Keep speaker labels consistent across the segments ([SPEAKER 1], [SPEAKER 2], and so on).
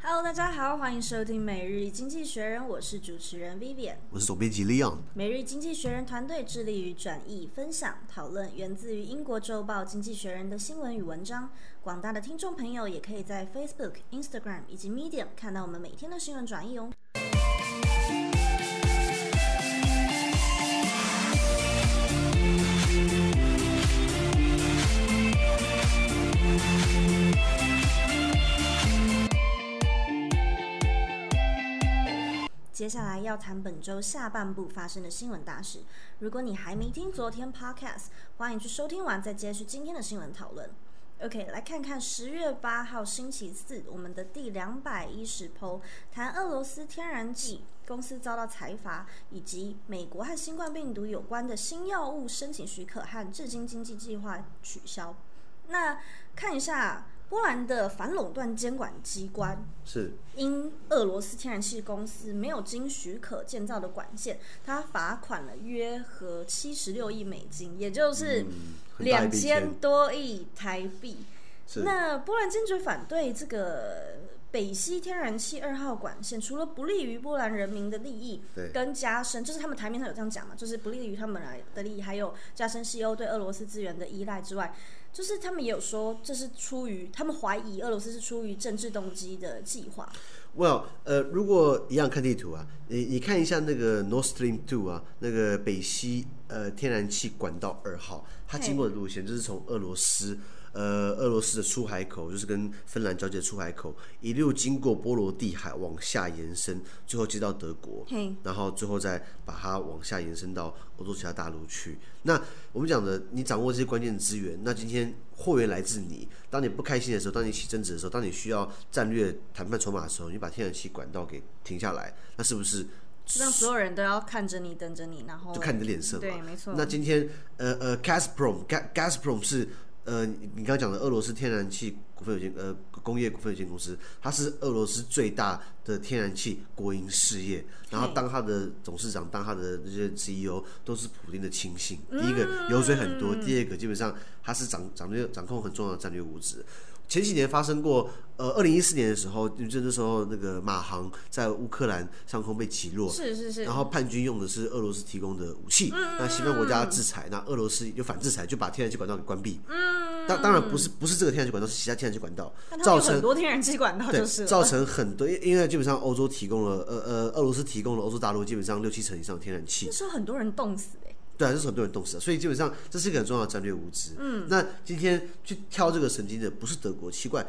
[SPEAKER 1] Hello，大家好，欢迎收听《每日经济学人》，我是主持人 Vivian。
[SPEAKER 2] 我是总编辑 Leon。
[SPEAKER 1] 每日经济学人团队致力于转译、分享、讨论源自于英国周报《经济学人》的新闻与文章。广大的听众朋友也可以在 Facebook、Instagram 以及 Medium 看到我们每天的新闻转译哦。接下来要谈本周下半部发生的新闻大事。如果你还没听昨天 podcast，欢迎去收听完再接续今天的新闻讨论。OK，来看看十月八号星期四我们的第两百一十剖谈俄罗斯天然气公司遭到裁罚，以及美国和新冠病毒有关的新药物申请许可和至今经济计划取消。那看一下波兰的反垄断监管机关
[SPEAKER 2] 是，
[SPEAKER 1] 因俄罗斯天然气公司没有经许可建造的管线，它罚款了约合七十六亿美金，也就是
[SPEAKER 2] 嗯，很大一
[SPEAKER 1] 两
[SPEAKER 2] 笔
[SPEAKER 1] 千
[SPEAKER 2] 钱
[SPEAKER 1] 多亿台币。
[SPEAKER 2] 是
[SPEAKER 1] 那波兰坚决反对这个北溪天然气二号管线，除了不利于波兰人民的利益
[SPEAKER 2] 对，
[SPEAKER 1] 跟加深，就是他们台面上有这样讲嘛，就是不利于他们来的利益，还有加深西欧对俄罗斯资源的依赖之外，就是他们也有说，这是出于他们怀疑俄罗斯是出于政治动机的计划。
[SPEAKER 2] Well，呃，如果一样看地图啊，你你看一下那个 Nord Stream Two 啊，那个北溪呃天然气管道二号，它经过的路线就是从俄罗斯。呃，俄罗斯的出海口就是跟芬兰交界的出海口，一路经过波罗的海往下延伸，最后接到德国。
[SPEAKER 1] 嘿，
[SPEAKER 2] 然后最后再把它往下延伸到欧洲其他大陆去。那我们讲的，你掌握这些关键资源，那今天货源来自你。当你不开心的时候，当你起争执的时候，当你需要战略谈判筹码的时候，你把天然气管道给停下来，那是不是
[SPEAKER 1] 让所有人都要看着你，等着你，然后
[SPEAKER 2] 就看你的脸色嘛？
[SPEAKER 1] 对，没错。
[SPEAKER 2] 那今天呃呃，Gazprom Ga- Gazprom 是呃你你刚刚讲的俄罗斯天然气股份有限呃工业股份有限公司，它是俄罗斯最大的天然气国营事业，然后当它的董事长、当它的这些 CEO 都是普丁的亲信。
[SPEAKER 1] 嗯
[SPEAKER 2] 第一个油水很多，第二个基本上它是掌掌略掌控很重要的战略物资。前几年发生过，呃，二零一四年的时候，就那时候那个马航在乌克兰上空被击落，
[SPEAKER 1] 是是是
[SPEAKER 2] 然，后叛军用的是俄罗斯提供的武
[SPEAKER 1] 嗯
[SPEAKER 2] 器，那西方国家制裁，那俄罗斯就反制裁，就把天然气管道给关闭。嗯，当当然不是不是这个天然气管道，是其他天然气管道
[SPEAKER 1] 那，他们
[SPEAKER 2] 造
[SPEAKER 1] 有很
[SPEAKER 2] 成
[SPEAKER 1] 多天然气管道
[SPEAKER 2] 对
[SPEAKER 1] 就是了
[SPEAKER 2] 造成很多，因因为基本上欧洲提供了呃呃俄罗斯提供了欧洲大陆基本上六七成以上的天然气
[SPEAKER 1] 那，时候很多人冻死哎、
[SPEAKER 2] 对啊，这是很多人冻死的，所以基本上这是一个很重要的战略无知。嗯，那今天去挑这个神经的不是德国，奇怪，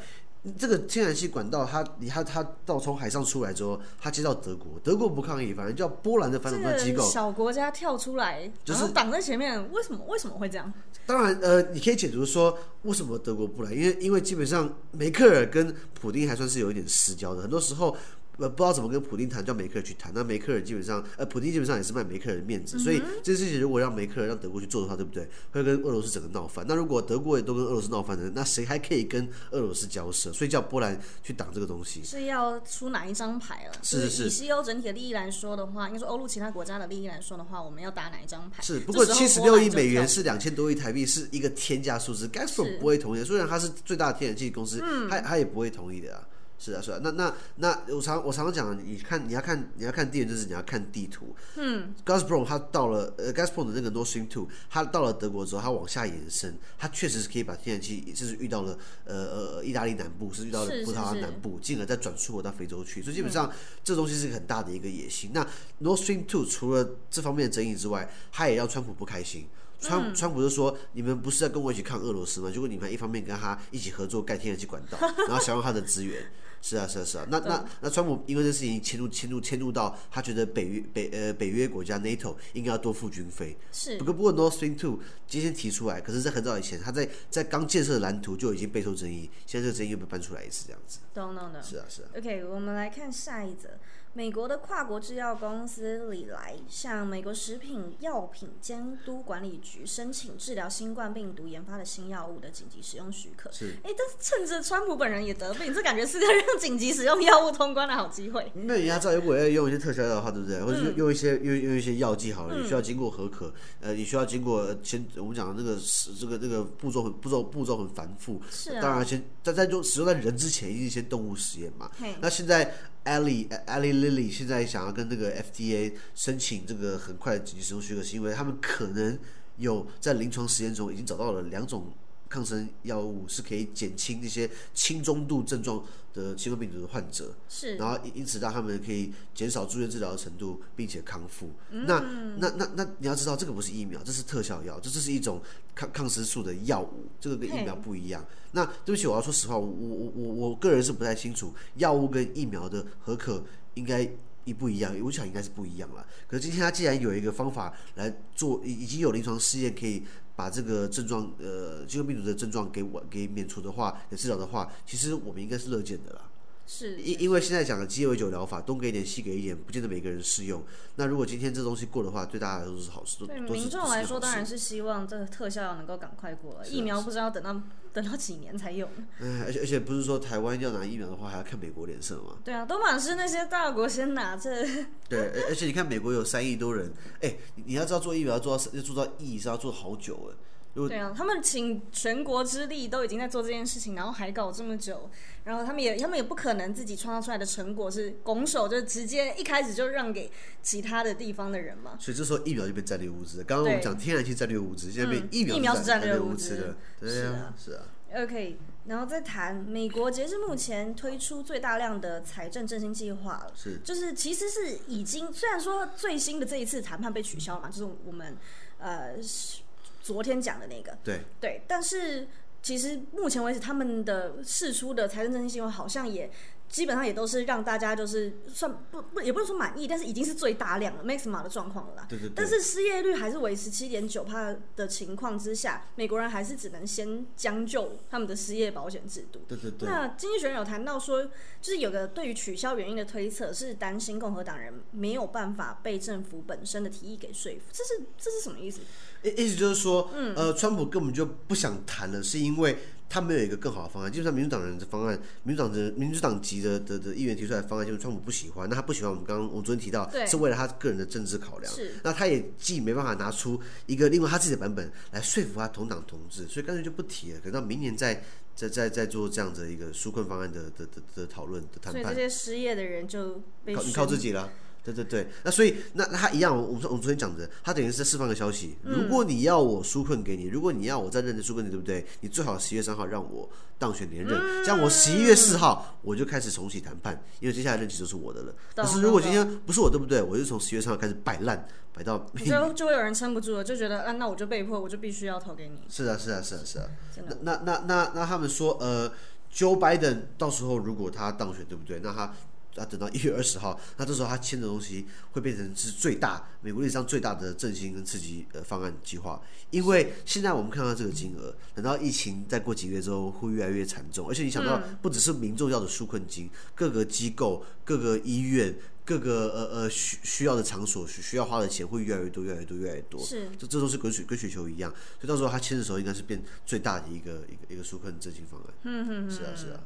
[SPEAKER 2] 这个天然气管道它离它它到从海上出来之后，它接到德国，德国不抗议，反而叫波兰的反
[SPEAKER 1] 这
[SPEAKER 2] 垄断机
[SPEAKER 1] 个
[SPEAKER 2] 构。
[SPEAKER 1] 小国家跳出来，
[SPEAKER 2] 就是
[SPEAKER 1] 然后挡在前面，为什么为什么会这样？
[SPEAKER 2] 当然，呃，你可以解读说为什么德国不来，因为因为基本上梅克尔跟普丁还算是有一点私交的，很多时候。呃，不知道怎么跟普丁谈，叫梅克尔去谈。那梅克尔基本上，呃，普丁基本上也是卖梅克尔的面子，所以这件事情如果让梅克尔让德国去做的话，对不对？会跟俄罗斯整个闹翻。那如果德国也都跟俄罗斯闹翻了，那谁还可以跟俄罗斯交涉？所以叫波兰去挡这个东西。
[SPEAKER 1] 是要出哪一张牌了？
[SPEAKER 2] 是是
[SPEAKER 1] 就以西欧整体的利益来说的话，应该说欧陆其他国家的利益来说的话，我们要打哪一张牌？
[SPEAKER 2] 是，
[SPEAKER 1] 这
[SPEAKER 2] 不过
[SPEAKER 1] 时候
[SPEAKER 2] 七十
[SPEAKER 1] 波
[SPEAKER 2] 六
[SPEAKER 1] 兰
[SPEAKER 2] 亿
[SPEAKER 1] 就
[SPEAKER 2] 美
[SPEAKER 1] 跳
[SPEAKER 2] 元是两千多亿台币，是一个天价数字。Gazprom 不会同意，虽然它是最大的天然气公司，
[SPEAKER 1] 嗯
[SPEAKER 2] 它它也不会同意的啊。是啊，是啊。那那那，我常我常常讲，你看你要看你要看地缘政治，你要看地图。嗯，Gazprom 它到了呃 Gazprom 的那个 Nord Stream Two，它到了德国之后，它往下延伸，它确实是可以把天然气，甚至遇到了呃呃意大利南部，是遇到了
[SPEAKER 1] 是
[SPEAKER 2] 葡
[SPEAKER 1] 是
[SPEAKER 2] 萄牙
[SPEAKER 1] 是嗯
[SPEAKER 2] 南部，进而再转出国到非洲去。所以基本上这东西是一个很大的一个野心。那 Nord Stream Two 除了这方面的争议之外，他也让川普不开心。川、
[SPEAKER 1] 嗯
[SPEAKER 2] 川普就说：“你们不是在跟我一起抗俄罗斯吗？结果你们还一方面跟他一起合作盖天然气管 道，然后享用他的资源。”是啊，是啊，是啊。那那那，川普因为这事情迁怒迁怒迁怒到他觉得北约北呃北约国家 NATO 应该要多付军费，
[SPEAKER 1] 是
[SPEAKER 2] 不过不过 Nord Stream Two 今天提出来，可是，在很早以前，他在在刚建设的蓝图就已经备受争议，现在这个争议又被搬出来一次，这样子。
[SPEAKER 1] 懂懂懂。
[SPEAKER 2] 是啊，是啊，
[SPEAKER 1] OK，我们来看下一则。美国的跨国制药公司李来向美国食品药品监督管理局申请治疗新冠病毒研发的新药物的紧急使用许可。
[SPEAKER 2] 是。
[SPEAKER 1] 哎，但是趁着川普本人也得病，这感觉是在让紧急使用药物通关的好机会。
[SPEAKER 2] 那你要知道，如果要用一些特效药的话，对不对？
[SPEAKER 1] 嗯
[SPEAKER 2] 或者是用一些用用一些药剂好了，你需要经过合可，呃，你需要经过呃先我们讲的那个是这个这个步骤很步骤步骤很繁复，
[SPEAKER 1] 是啊
[SPEAKER 2] 当然先在在用使用在人之前，一定先动物实验嘛
[SPEAKER 1] 嘿。
[SPEAKER 2] 那现在 Ali Ali Lily 现在想要跟那个 FDA 申请这个很快的紧急使用许可，是因为他们可能有在临床实验中已经找到了两种。抗生药物是可以减轻那些轻中度症状的新冠病毒的患者，
[SPEAKER 1] 是，
[SPEAKER 2] 然后因因此让他们可以减少住院治疗的程度，并且康复。那那那那你要知道，这个不是疫苗，这是特效药，这这是一种抗抗生素的药物，这个跟疫苗不一样。那对不起，我要说实话，我我我我个人是不太清楚药物跟疫苗的合可应该。一不一样，我想应该是不一样了。可是今天他既然有一个方法来做，已已经有临床试验可以把这个症状，呃，新冠病毒的症状给我给免除的话，给治疗的话，其实我们应该是乐见的啦。
[SPEAKER 1] 是
[SPEAKER 2] 因因为现在讲的鸡尾酒疗法，东给一点西给一点，不见得每个人适用。那如果今天这东西过的话，对大家来说都是好事，都
[SPEAKER 1] 对
[SPEAKER 2] 都是
[SPEAKER 1] 民众
[SPEAKER 2] 都是
[SPEAKER 1] 来
[SPEAKER 2] 好
[SPEAKER 1] 说，
[SPEAKER 2] 事啊
[SPEAKER 1] 当然是希望这个特效药能够赶快过了。疫苗不知道等到等到几年才有。
[SPEAKER 2] 哎，而且而且不是说台湾要拿疫苗的话，还要看美国脸色嘛？
[SPEAKER 1] 对啊，都满是那些大国先拿这，
[SPEAKER 2] 对，而而且你看美国有三亿多人，哎，你你要知道做疫苗做到要做到亿是要做好久哎。如果
[SPEAKER 1] 对啊，他们请全国之力都已经在做这件事情，然后还搞这么久，然后他们也他们也不可能自己创造出来的成果是拱手就直接一开始就让给其他的地方的人嘛。
[SPEAKER 2] 所以这时候疫苗就变战略物资了。刚刚我们
[SPEAKER 1] 对
[SPEAKER 2] 讲天然气战略物资，现在变
[SPEAKER 1] 嗯
[SPEAKER 2] 疫
[SPEAKER 1] 疫苗是
[SPEAKER 2] 是
[SPEAKER 1] 战
[SPEAKER 2] 战
[SPEAKER 1] 略
[SPEAKER 2] 略
[SPEAKER 1] 物
[SPEAKER 2] 物
[SPEAKER 1] 资
[SPEAKER 2] 资了。对啊，是啊，
[SPEAKER 1] OK，然后再谈美国截至目前推出最大量的财政振兴计划了。
[SPEAKER 2] 是。
[SPEAKER 1] 就是其实是已经，虽然说最新的这一次谈判被取消嘛，就是我们呃是昨天讲的那个，
[SPEAKER 2] 对，
[SPEAKER 1] 对，但是其实目前为止他们的释出的财政振兴新闻好像也。基本上也都是让大家就是算不不也不能说满意，但是已经是最大量了 maxima 的状况了啦。
[SPEAKER 2] 对对对
[SPEAKER 1] 但是失业率还是维持七点九帕的情况之下，美国人还是只能先将就他们的失业保险制度。
[SPEAKER 2] 对对对，
[SPEAKER 1] 那经济学人有谈到说，就是有个对于取消原因的推测是担心共和党人没有办法被政府本身的提议给说服，这是这是什么意思？
[SPEAKER 2] 意意思就是说，
[SPEAKER 1] 嗯
[SPEAKER 2] 呃，川普根本就不想谈了，是因为他没有一个更好的方案。基本上，民主党人的方案，民主党的民主党籍的的的议员提出来的方案，就是川普不喜欢。那他不喜欢，我们刚刚我们昨天提到
[SPEAKER 1] 对，
[SPEAKER 2] 是为了他个人的政治考量
[SPEAKER 1] 是。
[SPEAKER 2] 那他也既没办法拿出一个另外他自己的版本来说服他同党同志，所以干脆就不提了，等到明年再再再再做这样的一个纾困方案的的的的讨论的谈
[SPEAKER 1] 所以这
[SPEAKER 2] 判，
[SPEAKER 1] 些失业的人就被
[SPEAKER 2] 靠你
[SPEAKER 1] 宣
[SPEAKER 2] 靠自己了。对对对，那所以那那他一样，我们我们昨天讲的，他等于是在释放个消息，如
[SPEAKER 1] 嗯
[SPEAKER 2] 果你要我纾困给你，如果你要我再认真纾困你，对不对？你最好十月三号让我当选连任，
[SPEAKER 1] 嗯
[SPEAKER 2] 这样我十一月四号我就开始重启谈判，因为接下来任期就是我的了。
[SPEAKER 1] 懂
[SPEAKER 2] 可是如果
[SPEAKER 1] 懂
[SPEAKER 2] 今天不是我，对不对？我就从十月三号开始摆烂，摆到
[SPEAKER 1] 你就就会有人撑不住了，就觉得啊，那我就被迫，我就必须要投给你。
[SPEAKER 2] 是啊，是啊，是啊，是啊。
[SPEAKER 1] 真
[SPEAKER 2] 那那那那那他们说，呃，Joe Biden 到时候如果他当选，对不对？那他他等到一月二十号，那这时候他签的东西会变成是最大美国历史上最大的振兴跟刺激呃方案计划，因为现在我们看到这个金额，等到疫情再过几个月之后会越来越惨重，而且你想到不只是民众要的纾困金，各个机构、各个医院。各个呃呃需需要的场所需需要花的钱会越来越多，越来越多，越来越多。
[SPEAKER 1] 是
[SPEAKER 2] 这这都是滚雪跟雪球一样，所以到时候他签的时候应该是变最大的一个一个一个纾困振兴方案。嗯嗯是啊是啊，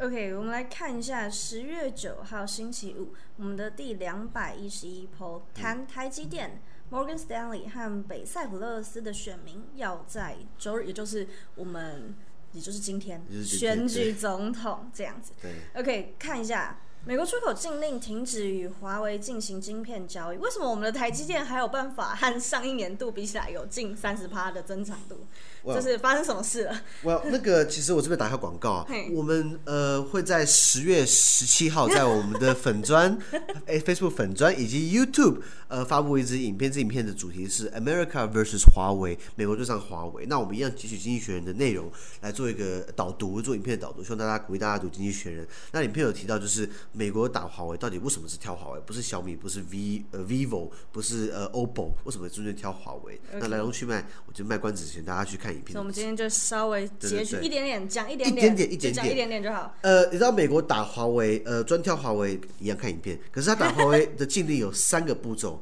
[SPEAKER 1] OK，我们来看一下十月九号星期五，我们的第两百一十一波
[SPEAKER 2] 嗯
[SPEAKER 1] 谈台积电、Morgan Stanley 和北塞浦勒斯的选民要在周日，也就是我们，也就是今天
[SPEAKER 2] 也就是今
[SPEAKER 1] 选
[SPEAKER 2] 天
[SPEAKER 1] 举总统这样子。
[SPEAKER 2] 对，
[SPEAKER 1] OK，看一下美国出口禁令停止与华为进行晶片交易，为什么我们的台积电还有办法和上一年度比起来有近三十趴的增长度？
[SPEAKER 2] 哇
[SPEAKER 1] 就是发生什么事了？
[SPEAKER 2] 我、那个其实我这边打一下广告啊
[SPEAKER 1] 嘿，
[SPEAKER 2] 我们呃会在十月十七号在我们的粉砖、 哎 Facebook 粉砖以及 YouTube 呃发布一支影片，这影片的主题是 America vs 华为，美国对上华为。那我们一样汲取《经济学人》的内容来做一个导读，做影片的导读，希望大家鼓励大家读《经济学人》。那影片有提到就是美国打华为到底为什么是挑华为，不是小米，不是 V 呃 vivo，不是呃 OPPO，为什么中间挑华为那来龙去脉，我就卖关子前，大家去看影片
[SPEAKER 1] 所以。我们今天就稍微截取
[SPEAKER 2] 对对对
[SPEAKER 1] 一点点讲，一点
[SPEAKER 2] 一点点
[SPEAKER 1] 点，
[SPEAKER 2] 一
[SPEAKER 1] 就
[SPEAKER 2] 点点
[SPEAKER 1] 讲一点点就好。
[SPEAKER 2] 呃，你知道美国打华为，呃，专挑华为一样看影片，可是他打华为的禁令有三个步骤。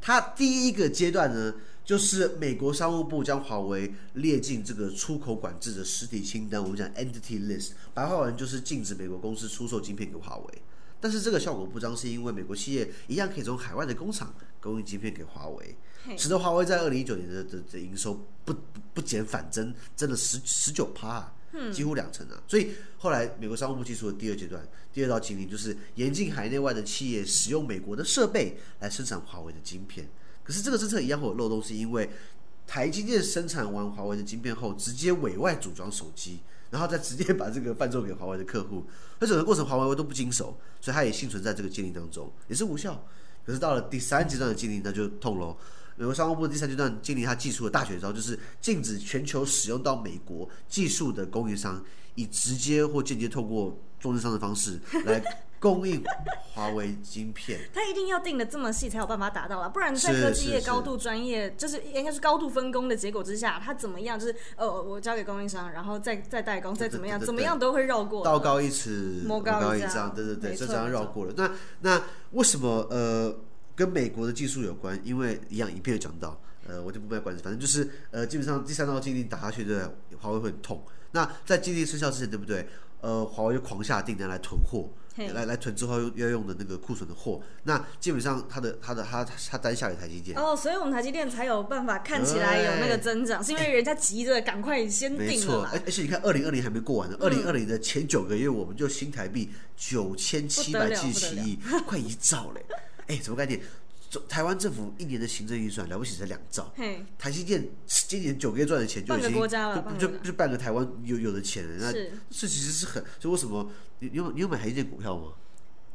[SPEAKER 2] 他第一个阶段呢，就是美国商务部将华为列进这个出口管制的实体清单，我们讲 Entity List，白话文就是禁止美国公司出售晶片给华为。但是这个效果不彰，是因为美国企业一样可以从海外的工厂供应晶片给华为，
[SPEAKER 1] 嘿
[SPEAKER 2] 使得华为在二零一九年的的的营收不不不减反增，增了十十九趴，几乎两成啊！所以后来美国商务部提出了第二阶段，第二道禁令就是严禁海内外的企业使用美国的设备来生产华为的晶片。可是这个政策一样会有漏洞，是因为台积电生产完华为的晶片后，直接委外组装手机，然后再直接把这个贩售给华为的客户。而整个过程华为都不经手，所以它也幸存在这个禁令当中，也是无效。可是到了第三阶段的禁令，那就痛喽。美国商务部第三阶段禁令，它技出的大绝招就是禁止全球使用到美国技术的供应商，以直接或间接透过中间商的方式来供应华为晶片。
[SPEAKER 1] 他一定要定的这么细才有办法达到啦，不然在
[SPEAKER 2] 是
[SPEAKER 1] 科技业
[SPEAKER 2] 是
[SPEAKER 1] 高度专业，就是应该是高度分工的结果之下，他怎么样就是呃我我交给供应商，然后再再代工，再怎么样，
[SPEAKER 2] 对对对
[SPEAKER 1] 怎么样都会绕过。
[SPEAKER 2] 道高一尺，
[SPEAKER 1] 魔
[SPEAKER 2] 魔
[SPEAKER 1] 高
[SPEAKER 2] 高
[SPEAKER 1] 一
[SPEAKER 2] 一
[SPEAKER 1] 丈
[SPEAKER 2] 丈，对对对，
[SPEAKER 1] 没
[SPEAKER 2] 这
[SPEAKER 1] 错
[SPEAKER 2] 这样
[SPEAKER 1] 没
[SPEAKER 2] 绕
[SPEAKER 1] 错
[SPEAKER 2] 过了。那那为什么呃跟美国的技术有关？因为一样影片有讲到，呃，我就不卖关子，反正就是呃，基本上第三道禁令打下去，对不对华为会很痛。那在禁令生效之前，对不对？呃，华为就狂下订单来囤货，
[SPEAKER 1] 嘿
[SPEAKER 2] 来来囤之后要用的那个库存的货。那基本上它的它的它它单下给台积电，
[SPEAKER 1] 哦，所以我们台积电才有办法看起来有那个增长，是因为人家急着赶快先
[SPEAKER 2] 没
[SPEAKER 1] 定了
[SPEAKER 2] 错，哎
[SPEAKER 1] 啦。嗯
[SPEAKER 2] 而而且你看，二零二零还没过完呢，二零二零的前九个月，我们就新台币九千七百七十七亿， 快一兆嘞！哎，什么概念？中台湾政府一年的行政预算了不起才两兆，
[SPEAKER 1] 嘿，
[SPEAKER 2] 台积电今年九个月赚的钱就已
[SPEAKER 1] 半
[SPEAKER 2] 经
[SPEAKER 1] 个国家了半个
[SPEAKER 2] 就
[SPEAKER 1] 国
[SPEAKER 2] 就
[SPEAKER 1] 家
[SPEAKER 2] 就半个台湾有有的钱了。那
[SPEAKER 1] 是
[SPEAKER 2] 这其实是很，所以为什么你你有你有买台积电股票吗？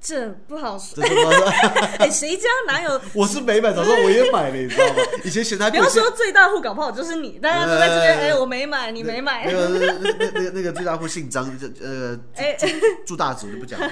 [SPEAKER 1] 这不好说。
[SPEAKER 2] 这他妈的
[SPEAKER 1] 哎，谁家哪有？
[SPEAKER 2] 我是没买，早知道我也买了，你知道吗？以前嫌它
[SPEAKER 1] 不
[SPEAKER 2] 贵，
[SPEAKER 1] 要
[SPEAKER 2] 现在
[SPEAKER 1] 说最大户，搞不好就是你，大家都在这边。
[SPEAKER 2] 呃
[SPEAKER 1] 哎，我没买，你没买
[SPEAKER 2] 那。个那个那个那个最大户姓张，这呃，
[SPEAKER 1] 哎
[SPEAKER 2] 住住 住大直我就不讲了。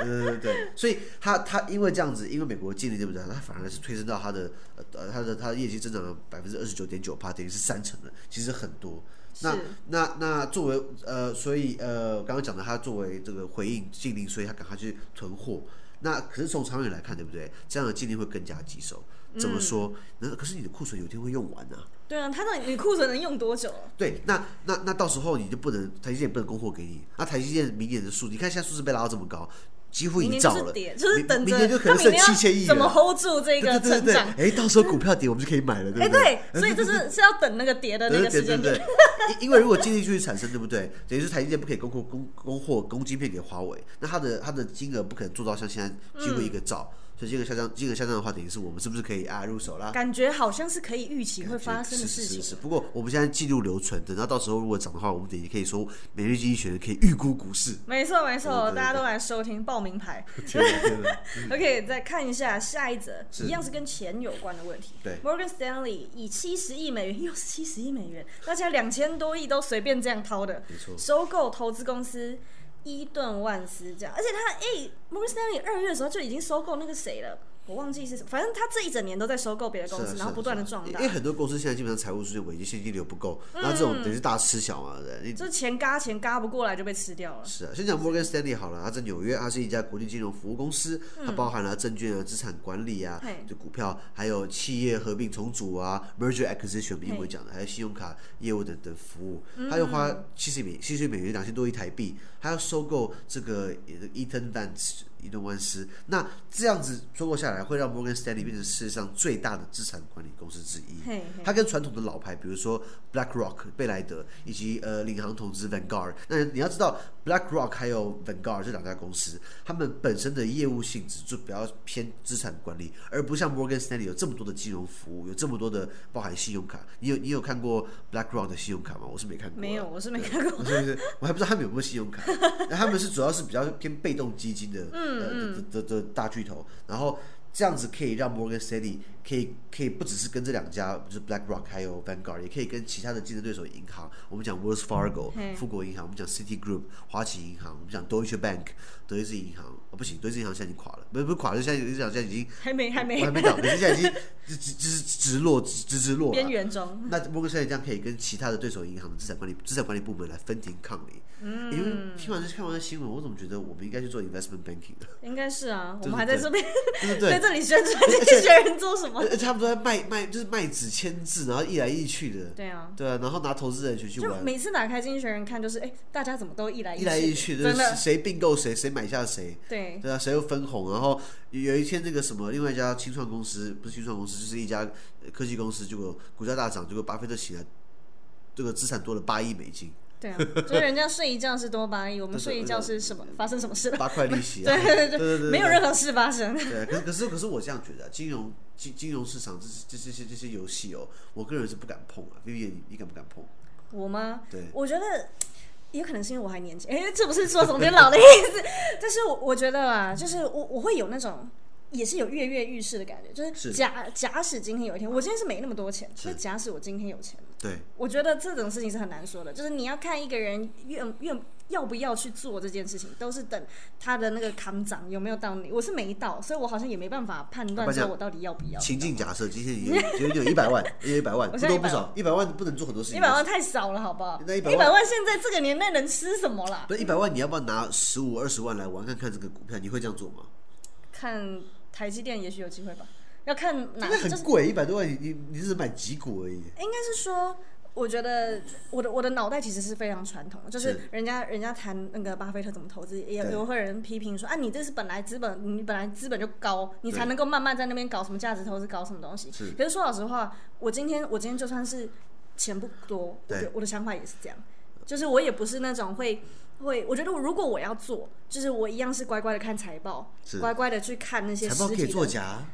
[SPEAKER 2] 呃，对，所以他他因为这样子，因为美国禁令对不对？他反而是推升到他的呃呃他的他的业绩增长了百分之二十九点九等于是三成了，其实很多。那
[SPEAKER 1] 是
[SPEAKER 2] 那那作为呃，所以呃，我刚刚讲的，他作为这个回应禁令，所以他赶快去囤货。那可是从长远来看，对不对？这样的禁令会更加棘手。怎么说？那、可是你的库存有一天会用完啊。
[SPEAKER 1] 对啊，他那你库存能用多久啊？
[SPEAKER 2] 对，那那那到时候你就不能台积电不能供货给你，那台积电明年的数，你看现在数字被拉到这么高，几乎
[SPEAKER 1] 明
[SPEAKER 2] 一
[SPEAKER 1] 年就
[SPEAKER 2] 兆
[SPEAKER 1] 是
[SPEAKER 2] 了，
[SPEAKER 1] 跌，就是
[SPEAKER 2] 明
[SPEAKER 1] 等
[SPEAKER 2] 明
[SPEAKER 1] 着
[SPEAKER 2] 年就可能
[SPEAKER 1] 他明
[SPEAKER 2] 剩
[SPEAKER 1] 年
[SPEAKER 2] 七千亿
[SPEAKER 1] 要怎么
[SPEAKER 2] 了。
[SPEAKER 1] hold 住这
[SPEAKER 2] 对
[SPEAKER 1] 个
[SPEAKER 2] 对对
[SPEAKER 1] 成
[SPEAKER 2] 对，
[SPEAKER 1] 长？
[SPEAKER 2] 哎，到时候股票跌，我们就可以买了，对
[SPEAKER 1] 哎，
[SPEAKER 2] 不对？
[SPEAKER 1] 对，所以这是是要等那个跌的那个时
[SPEAKER 2] 对对
[SPEAKER 1] 间
[SPEAKER 2] 对
[SPEAKER 1] 点。
[SPEAKER 2] 对，因因为如果经济去产生，对不对？等于是台积电不可以供货供供货供晶片给华为，那它的它的金额不可能做到像现在几乎一个兆，所以金额下降，金额下降的话，等于是我们是不是可以啊入手啦？
[SPEAKER 1] 感觉好像是可以预期会发生的事
[SPEAKER 2] 是是是是
[SPEAKER 1] 情。啊
[SPEAKER 2] 不过我们现在记录留存，等到到时候如果涨的话，我们等于可以说每日经济学可以预估 股市。
[SPEAKER 1] 没错没错，
[SPEAKER 2] 对对对
[SPEAKER 1] 大家都来收听报名牌。
[SPEAKER 2] 天哪天哪
[SPEAKER 1] OK，再看一下下一则，
[SPEAKER 2] 是
[SPEAKER 1] 一样是跟钱有关的问题。
[SPEAKER 2] 对
[SPEAKER 1] ，Morgan Stanley 以七十亿美元，又是七十亿美元，大家两千多亿都随便这样掏的，
[SPEAKER 2] 没错
[SPEAKER 1] 收购投资公司伊顿万斯这样，而且他哎、m o r g a n Stanley 二月的时候就已经收购那个谁了。我忘记是什么，反正他这一整年都在收购 别的公
[SPEAKER 2] 是啊
[SPEAKER 1] 司，
[SPEAKER 2] 是啊
[SPEAKER 1] 然后不断的
[SPEAKER 2] 是啊
[SPEAKER 1] 壮大
[SPEAKER 2] 因为，很多公司现在基本上财务数据危机，现金流不够，那这种等于是大吃小嘛，对不对。你
[SPEAKER 1] 就是钱嘎钱嘎不过来就被吃掉了。
[SPEAKER 2] 是啊，先讲 Morgan Stanley 好了，它在纽约，它是一家国际金融服务公司，它包含了证券啊、资产管理啊
[SPEAKER 1] 嗯嘿、
[SPEAKER 2] 就股票，还有企业合并重组啊 （merger acquisition） 英文讲的，还有信用卡业务等等服务。
[SPEAKER 1] 嗯
[SPEAKER 2] 它又花七十美七十美元两千多亿台币，它要收购这个呃 Eaton Vance 伊顿万斯。那这样子收购下来，会让 Morgan Stanley 变成世界上最大的资产管理公司之一。
[SPEAKER 1] 嘿嘿
[SPEAKER 2] 它跟传统的老牌，比如说 BlackRock、贝莱德以及呃领航投资 Vanguard，那你要知道 BlackRock 还有 Vanguard 这两家公司，他们本身的业务性质就比较偏资产管理，而不像 Morgan Stanley 有这么多的金融服务，有这么多的包含信用卡。你有你有看过 BlackRock 的信用卡吗？我是没看过啊，
[SPEAKER 1] 没有，我是没看过。
[SPEAKER 2] 我是不是？我还不知道他们有没有信 用卡。那他们是主要是比较偏被动基金的，
[SPEAKER 1] 嗯
[SPEAKER 2] 呃的的的的大巨头。然后这样子可以让 Morgan Stanley 可以可以不只是跟这两家，就是 BlackRock 还有 Vanguard，也可以跟其他的竞争对手银行，我们讲 Wells Fargo
[SPEAKER 1] 嗯嘿
[SPEAKER 2] 富国银行，我们讲 Citigroup 花旗银行，我们讲 Deutsche Bank 德意志银行。哦，不行，德意志银行现在已经垮了，不是不是垮了，现在德意志银行现在已经
[SPEAKER 1] 还没还没
[SPEAKER 2] 我还没啊讲，德意志现在已经 直直直直落直直直落了
[SPEAKER 1] 边。缘中，
[SPEAKER 2] 那摩根士丹利这样可以跟其他的对手银行的资产管理资产管理部门来分庭抗礼。嗯，因 为听完这看完这新闻，我怎么觉得我们应该去做 investment banking 的，
[SPEAKER 1] 应该是啊，我
[SPEAKER 2] 对
[SPEAKER 1] 们还在
[SPEAKER 2] 对
[SPEAKER 1] 这边
[SPEAKER 2] 对 不
[SPEAKER 1] 在
[SPEAKER 2] 对？
[SPEAKER 1] 这里宣传这些人做什么
[SPEAKER 2] 而？而且他们都在卖卖，就是卖纸签字，然后一来一去的，
[SPEAKER 1] 对啊，
[SPEAKER 2] 对啊，然后拿投资人群去
[SPEAKER 1] 就
[SPEAKER 2] 玩，
[SPEAKER 1] 每次打开经济学人看，就是哎、大家怎么都一来
[SPEAKER 2] 一来一
[SPEAKER 1] 去，
[SPEAKER 2] 去，就
[SPEAKER 1] 真
[SPEAKER 2] 是
[SPEAKER 1] 的
[SPEAKER 2] 谁并购谁，谁买下谁，
[SPEAKER 1] 对
[SPEAKER 2] 对啊，谁又分红，然后有有一天那个什么，另外一家清创公司不是清创公司，就是一家呃科技公司，结果股价大涨，结果巴菲特醒来，这个资产多了八亿美金，
[SPEAKER 1] 对啊，就是人家睡一觉是多巴胺，我们睡一觉是什么？发生什么事了？
[SPEAKER 2] 八块利息 啊，
[SPEAKER 1] 对对
[SPEAKER 2] 对对对，
[SPEAKER 1] 没有任何事发生。
[SPEAKER 2] 对，可是可是可是我这样觉得啊、金融金金融市场这这这些这些游戏哦，我个人是不敢碰啊。Vivian，你你敢不敢碰？
[SPEAKER 1] 我吗？
[SPEAKER 2] 对
[SPEAKER 1] 我觉得也有可能是因为我还年轻，哎、这不是说总编老的意思， 但是我我觉得啊，就是我我会有那种。也是有跃跃欲试的感觉，就是
[SPEAKER 2] 是
[SPEAKER 1] 假假使今天有一天，我今天是没那么多钱，就是假使我今天有钱，
[SPEAKER 2] 对，
[SPEAKER 1] 我觉得这种事情是很难说的，就是你要看一个人愿愿要不要去做这件事情，都是等他的那个扛涨有没有到你。我是没到，所以我好像也没办法判
[SPEAKER 2] 我
[SPEAKER 1] 断
[SPEAKER 2] 跟你
[SPEAKER 1] 说
[SPEAKER 2] 讲
[SPEAKER 1] 我到底要不要。
[SPEAKER 2] 情境假设 今天有有有一百万，有一百万，
[SPEAKER 1] 我
[SPEAKER 2] 不
[SPEAKER 1] 现在
[SPEAKER 2] 多不少，一百万不能做很多事情。
[SPEAKER 1] 一百万太少了，好不好？
[SPEAKER 2] 那
[SPEAKER 1] 一
[SPEAKER 2] 100万
[SPEAKER 1] 百万现在这个年代能吃什么啦？
[SPEAKER 2] 不是一百万，你要不要拿十五二十万来玩看看这个股票？你会这样做吗？
[SPEAKER 1] 看台积电也许有机会吧，要看哪
[SPEAKER 2] 因为
[SPEAKER 1] 就是
[SPEAKER 2] 很贵，一百多万，你你你只买几股而已。
[SPEAKER 1] 应该是说，我觉得我的我的脑袋其实是非常传统的，就是
[SPEAKER 2] 是
[SPEAKER 1] 人家人家谈那个巴菲特怎么投资，也
[SPEAKER 2] 对
[SPEAKER 1] 也会有人批评说啊，你这是本来资本，你本来资本就高，你
[SPEAKER 2] 对
[SPEAKER 1] 才能够慢慢在那边搞什么价值投资，搞什么东西
[SPEAKER 2] 是。
[SPEAKER 1] 可是说老实话，我今天我今天就算是钱不多，我
[SPEAKER 2] 对
[SPEAKER 1] 的我的想法也是这样，就是我也不是那种会。会，我觉得我如果我要做，就是我一样是乖乖的看财报
[SPEAKER 2] 是，
[SPEAKER 1] 乖乖的去看那些
[SPEAKER 2] 财报
[SPEAKER 1] 实
[SPEAKER 2] 可以
[SPEAKER 1] 体
[SPEAKER 2] 作
[SPEAKER 1] 的，
[SPEAKER 2] 假啊，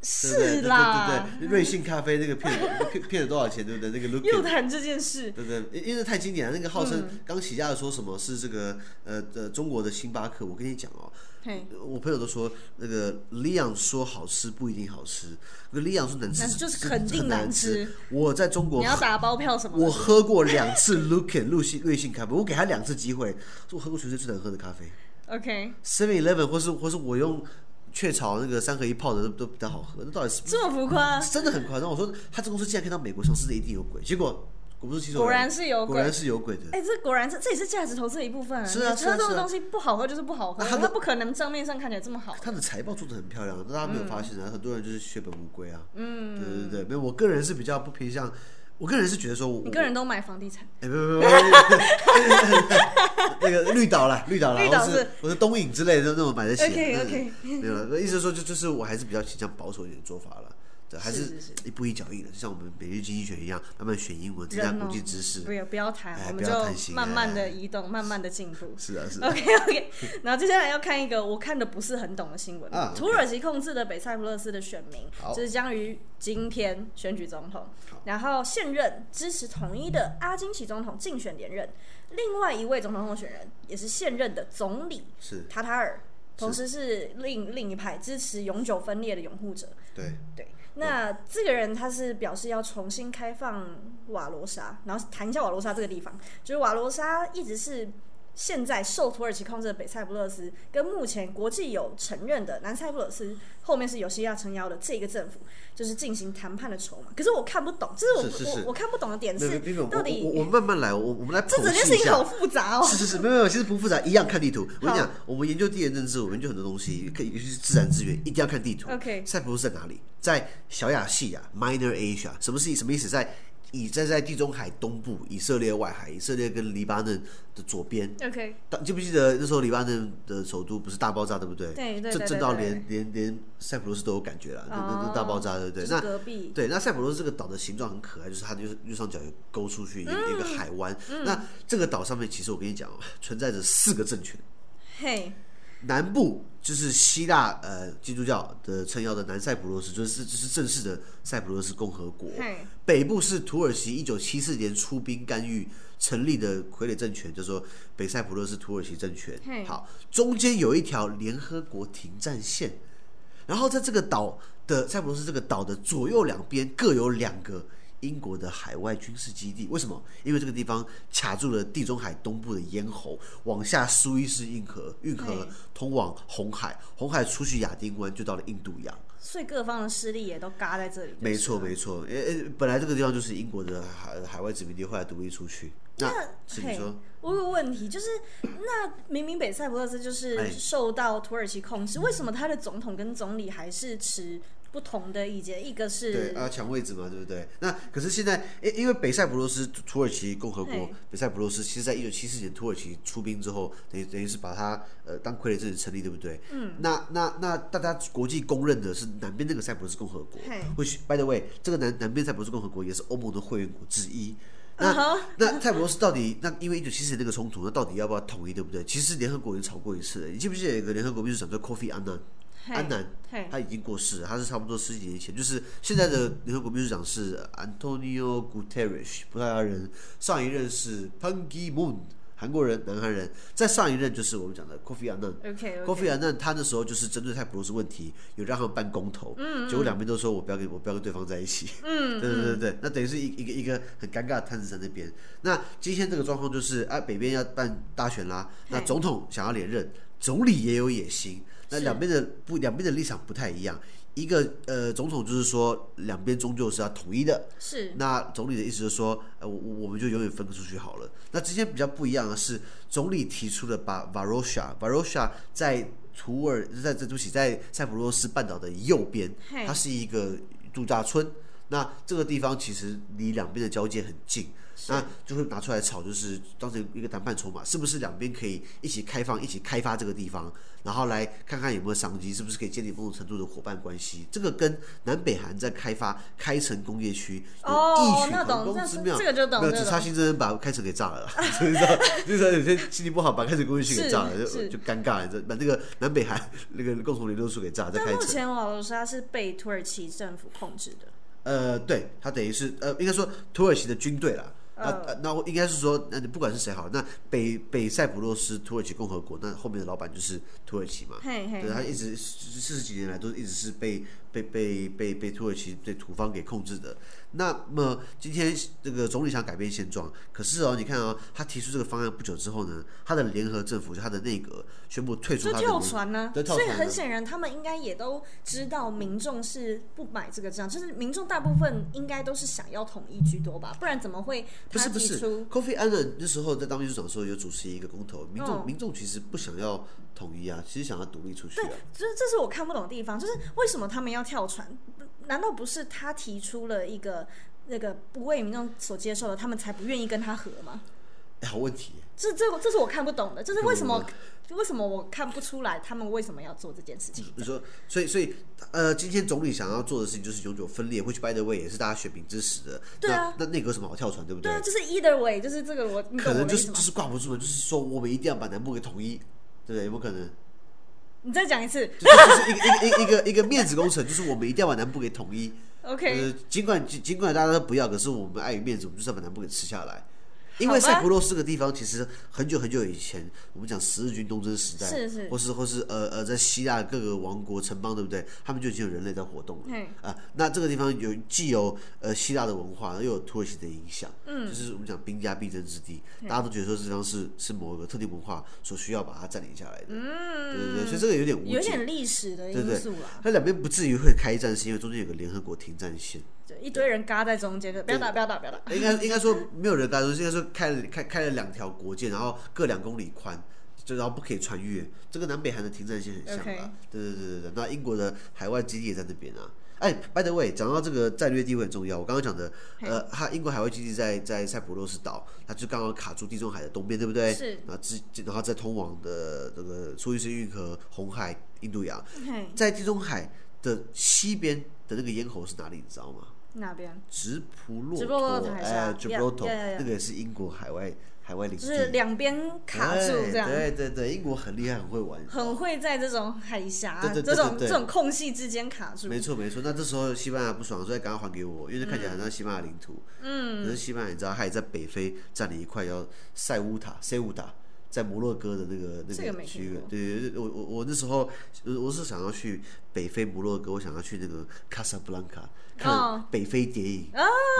[SPEAKER 2] 对不对
[SPEAKER 1] 是啦，
[SPEAKER 2] 对对对对，瑞幸咖啡那个骗了骗骗了多少钱，对不对？那个 l u
[SPEAKER 1] 又谈这件事，
[SPEAKER 2] 对对，因因为太经典了。那个号
[SPEAKER 1] 嗯
[SPEAKER 2] 称刚起家的说什么是这个呃呃中国的星巴克，我跟你讲哦，
[SPEAKER 1] 嘿，
[SPEAKER 2] 我朋友都说那个李昂说好吃不一定好吃，那个李昂说难吃
[SPEAKER 1] 但是就是肯定
[SPEAKER 2] 很
[SPEAKER 1] 难
[SPEAKER 2] 难
[SPEAKER 1] 吃。
[SPEAKER 2] 我在中国
[SPEAKER 1] 你要打包票什么的？
[SPEAKER 2] 我喝过两次 Lucan 瑞幸瑞幸咖啡，我给他两次机会，是我喝过全世界最难喝的咖啡。
[SPEAKER 1] OK，
[SPEAKER 2] Seven Eleven 或是或是我用雀巢那个三合一泡的都都比较好喝，那到底是
[SPEAKER 1] 这么浮夸，
[SPEAKER 2] 真的很夸张。我说他这公司既然可以到美国上市，这一定有鬼。结果果不出其所料，
[SPEAKER 1] 果然是有
[SPEAKER 2] 果
[SPEAKER 1] 鬼。
[SPEAKER 2] 然是有鬼的。
[SPEAKER 1] 哎、这果然是这也是价值投资的一部分、
[SPEAKER 2] 是啊
[SPEAKER 1] 你
[SPEAKER 2] 是啊
[SPEAKER 1] 喝这种
[SPEAKER 2] 是啊
[SPEAKER 1] 东西不好喝就是不好喝，
[SPEAKER 2] 啊
[SPEAKER 1] 它
[SPEAKER 2] 它的
[SPEAKER 1] 不可能账面上看起来这么好。
[SPEAKER 2] 他的财报做的很漂亮，但大家没有发现啊，
[SPEAKER 1] 嗯
[SPEAKER 2] 很多人就是血本无归啊。嗯，对对对，没有，我个人是比较不偏向，我个人是觉得说我，
[SPEAKER 1] 你个人都买房地产，
[SPEAKER 2] 哎，不不不不不，那个绿岛啦，绿岛啦，
[SPEAKER 1] 绿岛
[SPEAKER 2] 或
[SPEAKER 1] 是
[SPEAKER 2] 是我是东影之类的那种买得起啊。
[SPEAKER 1] OK，OK
[SPEAKER 2] 嗯没有了，意思是说就就是我还是比较倾向保守一点的做法了。对，还
[SPEAKER 1] 是
[SPEAKER 2] 是
[SPEAKER 1] 是
[SPEAKER 2] 一步一脚印的，就像我们每日经济学一样，慢慢选英文，增加
[SPEAKER 1] 人哦
[SPEAKER 2] 国际知识。
[SPEAKER 1] 不要不要谈，
[SPEAKER 2] 哎
[SPEAKER 1] 我们
[SPEAKER 2] 不
[SPEAKER 1] 就
[SPEAKER 2] 要贪心
[SPEAKER 1] 慢慢的
[SPEAKER 2] 哎
[SPEAKER 1] 移动，慢慢的进步。
[SPEAKER 2] 是啊，是啊，
[SPEAKER 1] OK OK，然后接下来要看一个我看的不是很懂的新闻。
[SPEAKER 2] 啊，OK
[SPEAKER 1] 土耳其控制的北塞浦路斯的选民，
[SPEAKER 2] 好
[SPEAKER 1] 就是将于今天选举总统，然后现任支持统一的阿金奇总统竞选连任，另外一位总统候选人也是现任的总理
[SPEAKER 2] 是，
[SPEAKER 1] 塔塔尔，同时是另另一派支持永久分裂的拥护者。
[SPEAKER 2] 对，
[SPEAKER 1] 对，那这个人他是表示要重新开放瓦罗沙，然后谈一下瓦罗沙这个地方，就是瓦罗沙一直是现在受土耳其控制的北塞浦路斯，跟目前国际有承认的南塞浦路斯后面是有西亚撑腰的这个政府，就是进行谈判的筹码。可是我看不懂，这是我
[SPEAKER 2] 是是是
[SPEAKER 1] 我我看不懂的点
[SPEAKER 2] 没有
[SPEAKER 1] 是
[SPEAKER 2] 没有，我
[SPEAKER 1] 到
[SPEAKER 2] 我
[SPEAKER 1] 底
[SPEAKER 2] 我慢慢来，我我们来
[SPEAKER 1] 这整
[SPEAKER 2] 剖
[SPEAKER 1] 件
[SPEAKER 2] 析
[SPEAKER 1] 事
[SPEAKER 2] 一
[SPEAKER 1] 情
[SPEAKER 2] 下
[SPEAKER 1] 好。复杂哦。
[SPEAKER 2] 是是是，没有没有，其实不复杂，一样看地图。我跟你
[SPEAKER 1] 好
[SPEAKER 2] 讲，我们研究地缘政治，我们研究很多东西，可以尤其是自然资源，一定要看地图。
[SPEAKER 1] OK
[SPEAKER 2] 塞浦路斯在哪里？在小亚细亚 （Minor Asia），什么是什么意思？在以在在地中海东部，以色列外海，以色列跟黎巴嫩的左边。
[SPEAKER 1] OK，
[SPEAKER 2] 当记不记得那时候黎巴嫩的首都不是大爆炸，对不对？
[SPEAKER 1] 对对对
[SPEAKER 2] 震
[SPEAKER 1] 对
[SPEAKER 2] 震到
[SPEAKER 1] 对
[SPEAKER 2] 连连连塞浦路斯都有感觉了，那那
[SPEAKER 1] 哦
[SPEAKER 2] 那大爆炸，对不对？
[SPEAKER 1] 就是
[SPEAKER 2] 那
[SPEAKER 1] 隔壁
[SPEAKER 2] 对，那塞浦路斯这个岛的形状很可爱，就是它就是右上角有勾出去一个、一个海湾。那这个岛上面，其实我跟你讲哦，存在着四个政权。
[SPEAKER 1] 嘿，
[SPEAKER 2] 南部就是希腊呃基督教的撑腰的南塞浦路斯，就是就是正式的塞浦路斯共和国
[SPEAKER 1] 嘿。
[SPEAKER 2] 北部是土耳其一九七四年出兵干预成立的傀儡政权，叫做北塞浦路斯土耳其政权
[SPEAKER 1] 嘿。
[SPEAKER 2] 好，中间有一条联合国停战线，然后在这个岛的塞浦路斯这个岛的左右两边各有两个英国的海外军事基地。为什么？因为这个地方卡住了地中海东部的咽喉，往下苏伊士运河，运河
[SPEAKER 1] 对
[SPEAKER 2] 通往红海，红海出去亚丁湾就到了印度洋。
[SPEAKER 1] 所以各方的势力也啊都嘎在这里。
[SPEAKER 2] 没错，没错。呃呃，本来这个地方就是英国的海海外殖民地，后来独立出去。那是
[SPEAKER 1] 那嘿
[SPEAKER 2] 你说，
[SPEAKER 1] 我有个问题，就是那明明北塞浦路斯就是
[SPEAKER 2] 哎
[SPEAKER 1] 受到土耳其控制，为什么他的总统跟总理还是持不同的意见？一个
[SPEAKER 2] 对
[SPEAKER 1] 是
[SPEAKER 2] 啊，抢位置嘛，对不对？那可是现在，因因为北塞浦路斯土耳其共和国
[SPEAKER 1] 嘿，
[SPEAKER 2] 北塞浦路斯其实在一九七四年土耳其出兵之后，等于等于是把它呃当傀儡政治成立，对不对？嗯。那那那大家国际公认的是南边那个塞浦路斯共和国
[SPEAKER 1] 嘿
[SPEAKER 2] ，which by the way，这个南南边塞浦路斯共和国也是欧盟的会员国之一。
[SPEAKER 1] 嗯
[SPEAKER 2] 那
[SPEAKER 1] 哼
[SPEAKER 2] 那塞浦路斯到底那因为一九七四年那个冲突，那到底要不要统一，对不对？其实联合国已经吵过一次了，你记不记得有个联合国秘书长叫 Kofi Annan？
[SPEAKER 1] 嘿
[SPEAKER 2] 安南
[SPEAKER 1] 嘿
[SPEAKER 2] 他已经过世了，他是差不多十几年前，就是现在的联合国秘书长是 Antonio Guterres，葡萄牙人，上一任是 Pan Ki Moon，韩国人，南韩人，再上一任就是我们讲的 Kofi Annan。
[SPEAKER 1] OK
[SPEAKER 2] 郭
[SPEAKER 1] OK，
[SPEAKER 2] 菲亚那他那时候就是针对泰普罗斯问题，有让他们办公投，结果两边都说我不要跟我不要跟对方在一起，嗯，对对对对，那等于是一一个一个很尴尬的摊子在那边。那今天这个状况就是啊，北边要办大选啦，那
[SPEAKER 1] 嘿
[SPEAKER 2] 总统想要连任，总理也有野心，那
[SPEAKER 1] 是
[SPEAKER 2] 两边的不两边的立场不太一样。一个呃，总统就是说两边终究是要统一的，
[SPEAKER 1] 是
[SPEAKER 2] 那总理的意思就是说，呃，我我我们就永远分割出去好了。那之前比较不一样的是，总理提出了把 Varosha，Varosha 在土耳在在对不起，在塞浦路斯半岛的右边
[SPEAKER 1] 嘿，
[SPEAKER 2] 它是一个度假村。那这个地方其实离两边的交界很近，那就会拿出来炒，就是当成一个谈判筹码，是不是两边可以一起开放、一起开发这个地方，然后来看看有没有商机，是不是可以建立某种程度的伙伴关系？这个跟南北韩在开发开城工业区有
[SPEAKER 1] 哦
[SPEAKER 2] 异，曲
[SPEAKER 1] 那
[SPEAKER 2] 同
[SPEAKER 1] 懂，那
[SPEAKER 2] 工之妙
[SPEAKER 1] 这。个就懂，
[SPEAKER 2] 没有，
[SPEAKER 1] 这
[SPEAKER 2] 只
[SPEAKER 1] 个
[SPEAKER 2] 差
[SPEAKER 1] 懂。
[SPEAKER 2] 新真把开城给炸了 啦，所以说，就是说有些心情不好，把开城工业区给炸了，就是
[SPEAKER 1] 是
[SPEAKER 2] 就尴尬了，这把那个南北韩那个共同联络处给炸，在
[SPEAKER 1] 但
[SPEAKER 2] 开
[SPEAKER 1] 目
[SPEAKER 2] 城。
[SPEAKER 1] 前瓦罗莎是被土耳其政府控制的，
[SPEAKER 2] 呃，对，他等于是呃，应该说土耳其的军队啦。啊
[SPEAKER 1] 嗯，
[SPEAKER 2] 呃那我应该是说，那你不管是谁好，那北北塞浦路斯土耳其共和国，那后面的老板就是土耳其嘛。
[SPEAKER 1] 嘿嘿
[SPEAKER 2] 对，，他一直四四十几年来都一直是被被被被被土耳其对土方给控制的。那么今天这个总理想改变现状，可是哦，你看哦，他提出这个方案不久之后呢，他的联合政府就他的内阁宣布退出
[SPEAKER 1] 就
[SPEAKER 2] 他的
[SPEAKER 1] 跳
[SPEAKER 2] 联合
[SPEAKER 1] 船呢、
[SPEAKER 2] 对跳
[SPEAKER 1] 所以
[SPEAKER 2] 船
[SPEAKER 1] 很
[SPEAKER 2] 啊
[SPEAKER 1] 显然，他们应该也都知道民众是不买这个账，就是民众大部分应该都是想要统一居多吧，不然怎么会
[SPEAKER 2] 不
[SPEAKER 1] 他
[SPEAKER 2] 是不
[SPEAKER 1] 提
[SPEAKER 2] 是
[SPEAKER 1] 出
[SPEAKER 2] ，Kofi Annan 那时候在当秘书长的时候有主持一个公投，民众、
[SPEAKER 1] 嗯
[SPEAKER 2] 民众其实不想要统一啊，其实想要独立出去啊。
[SPEAKER 1] 就是这是我看不懂的地方，就是为什么他们要跳船？难道不是他提出了一个那个不为民众所接受的，他们才不愿意跟他和吗？
[SPEAKER 2] 哎，好问题耶，
[SPEAKER 1] 这这这是我看不懂的，就是为什么
[SPEAKER 2] 嗯
[SPEAKER 1] 为什么我看不出来他们为什么要做这件事情？
[SPEAKER 2] 你说，所以所以呃，今天总理想要做的事情就是永久分裂，which by the way 也是大家选民支持的。
[SPEAKER 1] 对啊
[SPEAKER 2] 那那内阁有什么好跳船，对不
[SPEAKER 1] 对啊，就是 either way，就是这个我你
[SPEAKER 2] 可
[SPEAKER 1] 懂我
[SPEAKER 2] 能
[SPEAKER 1] 的
[SPEAKER 2] 就
[SPEAKER 1] 意
[SPEAKER 2] 是
[SPEAKER 1] 思吗
[SPEAKER 2] 就？是挂不住的，就是说我们一定要把南部给统一，对不对？有没有可能？
[SPEAKER 1] 你再讲一次
[SPEAKER 2] 就就是一 个一个一个一个一个面子工程，就是我们一定要把南部给统一。
[SPEAKER 1] ，OK。
[SPEAKER 2] 呃，尽管尽尽管大家都不要，可是我们碍于面子，我们就是要把南部给吃下来。因为
[SPEAKER 1] 好吧
[SPEAKER 2] 塞浦路斯这个地方，其实很久很久以前，我们讲十日军东征时代，
[SPEAKER 1] 是是
[SPEAKER 2] 或是或是呃呃，在希腊各个王国城邦，对不对？他们就已经有人类在活动了
[SPEAKER 1] 嗯
[SPEAKER 2] 啊、那这个地方有既有呃希腊的文化，又有土耳其的影响，嗯，就是我们讲兵家必争之地，大家都觉得说这地方是是某个特定文化所需要把它占领下来的，嗯，对对对，所以这个有点无
[SPEAKER 1] 有
[SPEAKER 2] 解。
[SPEAKER 1] 点啊历史的
[SPEAKER 2] 对
[SPEAKER 1] 因
[SPEAKER 2] 对
[SPEAKER 1] 素啦，
[SPEAKER 2] 它两边不至于会开战，是因为中间有个联合国停战线。
[SPEAKER 1] 就一堆人嘎在中间，就不要打，不要打，不要打。
[SPEAKER 2] 应该应该说没有人敢说，应该说开了开开了两条国界，然后各两公里宽，就然后不可以穿越。这个南北韩的停战线很像啦
[SPEAKER 1] OK
[SPEAKER 2] 对对对对对。那英国的海外基地也在那边啊。哎，by the way，讲到这个战略地位很重要。我刚刚讲的，呃，它英国海外基地在在塞浦路斯岛，它就刚好卡住地中海的东边，对不对？
[SPEAKER 1] 是
[SPEAKER 2] 然后之然后再通往的这个苏伊士运河、红海、印度洋，
[SPEAKER 1] 嘿，
[SPEAKER 2] 在地中海的西边的那个咽喉是哪里？你知道吗？
[SPEAKER 1] 那边
[SPEAKER 2] 直普洛
[SPEAKER 1] 直布罗陀
[SPEAKER 2] 陀，
[SPEAKER 1] 海
[SPEAKER 2] 哎
[SPEAKER 1] 峡
[SPEAKER 2] 直
[SPEAKER 1] yeah，
[SPEAKER 2] 普 t o
[SPEAKER 1] yeah，yeah，yeah
[SPEAKER 2] 那个也是英国海外海外领
[SPEAKER 1] 就
[SPEAKER 2] 地，
[SPEAKER 1] 是两边卡住
[SPEAKER 2] 对
[SPEAKER 1] 这样，
[SPEAKER 2] 对对对，英国很厉害，很会玩，
[SPEAKER 1] 很会在这种海峡
[SPEAKER 2] 对对对
[SPEAKER 1] 这种
[SPEAKER 2] 对对
[SPEAKER 1] 这种空隙之间卡住。
[SPEAKER 2] 没错没错。那这时候西班牙不爽，所以赶快还给我，因为那看起来很像西班牙领土。嗯，可是西班牙你知道，它也在北非占领一块叫塞乌塔，塞乌塔。在摩洛哥的那个
[SPEAKER 1] 这个
[SPEAKER 2] 那
[SPEAKER 1] 没
[SPEAKER 2] 个区
[SPEAKER 1] 听
[SPEAKER 2] 域
[SPEAKER 1] 过，
[SPEAKER 2] 对对对，我我我那时候呃我是想要去北非摩洛哥，我想要去那个卡萨布兰卡看
[SPEAKER 1] 哦
[SPEAKER 2] 北非谍影，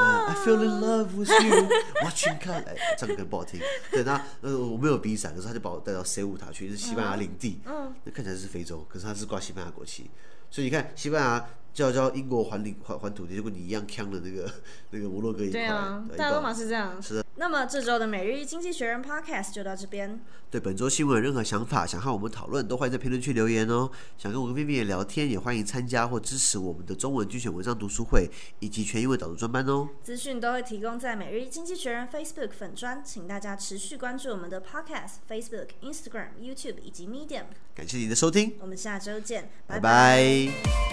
[SPEAKER 2] 嗯 I fell in love with you. Watching car，哎，唱歌不好听。对，那呃我没有比伞，可是他就把我带到塞乌塔去，是西班牙领地。嗯，那看起来是非洲，可是他是挂西班牙国旗，所以你看西班牙叫叫英国还领还还土地，结果你一样呛了那个 那个摩洛哥一块，
[SPEAKER 1] 对啊，
[SPEAKER 2] 一
[SPEAKER 1] 大家
[SPEAKER 2] 刀
[SPEAKER 1] 都嘛是这样。
[SPEAKER 2] 是
[SPEAKER 1] 的。那么这周的每日一经济学人 Podcast 就到这边，
[SPEAKER 2] 对本周新闻有任何想法，想和我们讨论，都欢迎在评论区留言哦。想跟我跟 Vivian 聊天，也欢迎参加或支持我们的中文精选文章读书会以及全英文导读专班哦。
[SPEAKER 1] 资讯都会提供在每日一经济学人 Facebook 粉专，请大家持续关注我们的 Podcast、Facebook、Instagram、YouTube 以及 Medium。
[SPEAKER 2] 感谢您的收听，
[SPEAKER 1] 我们下周见，拜
[SPEAKER 2] 拜拜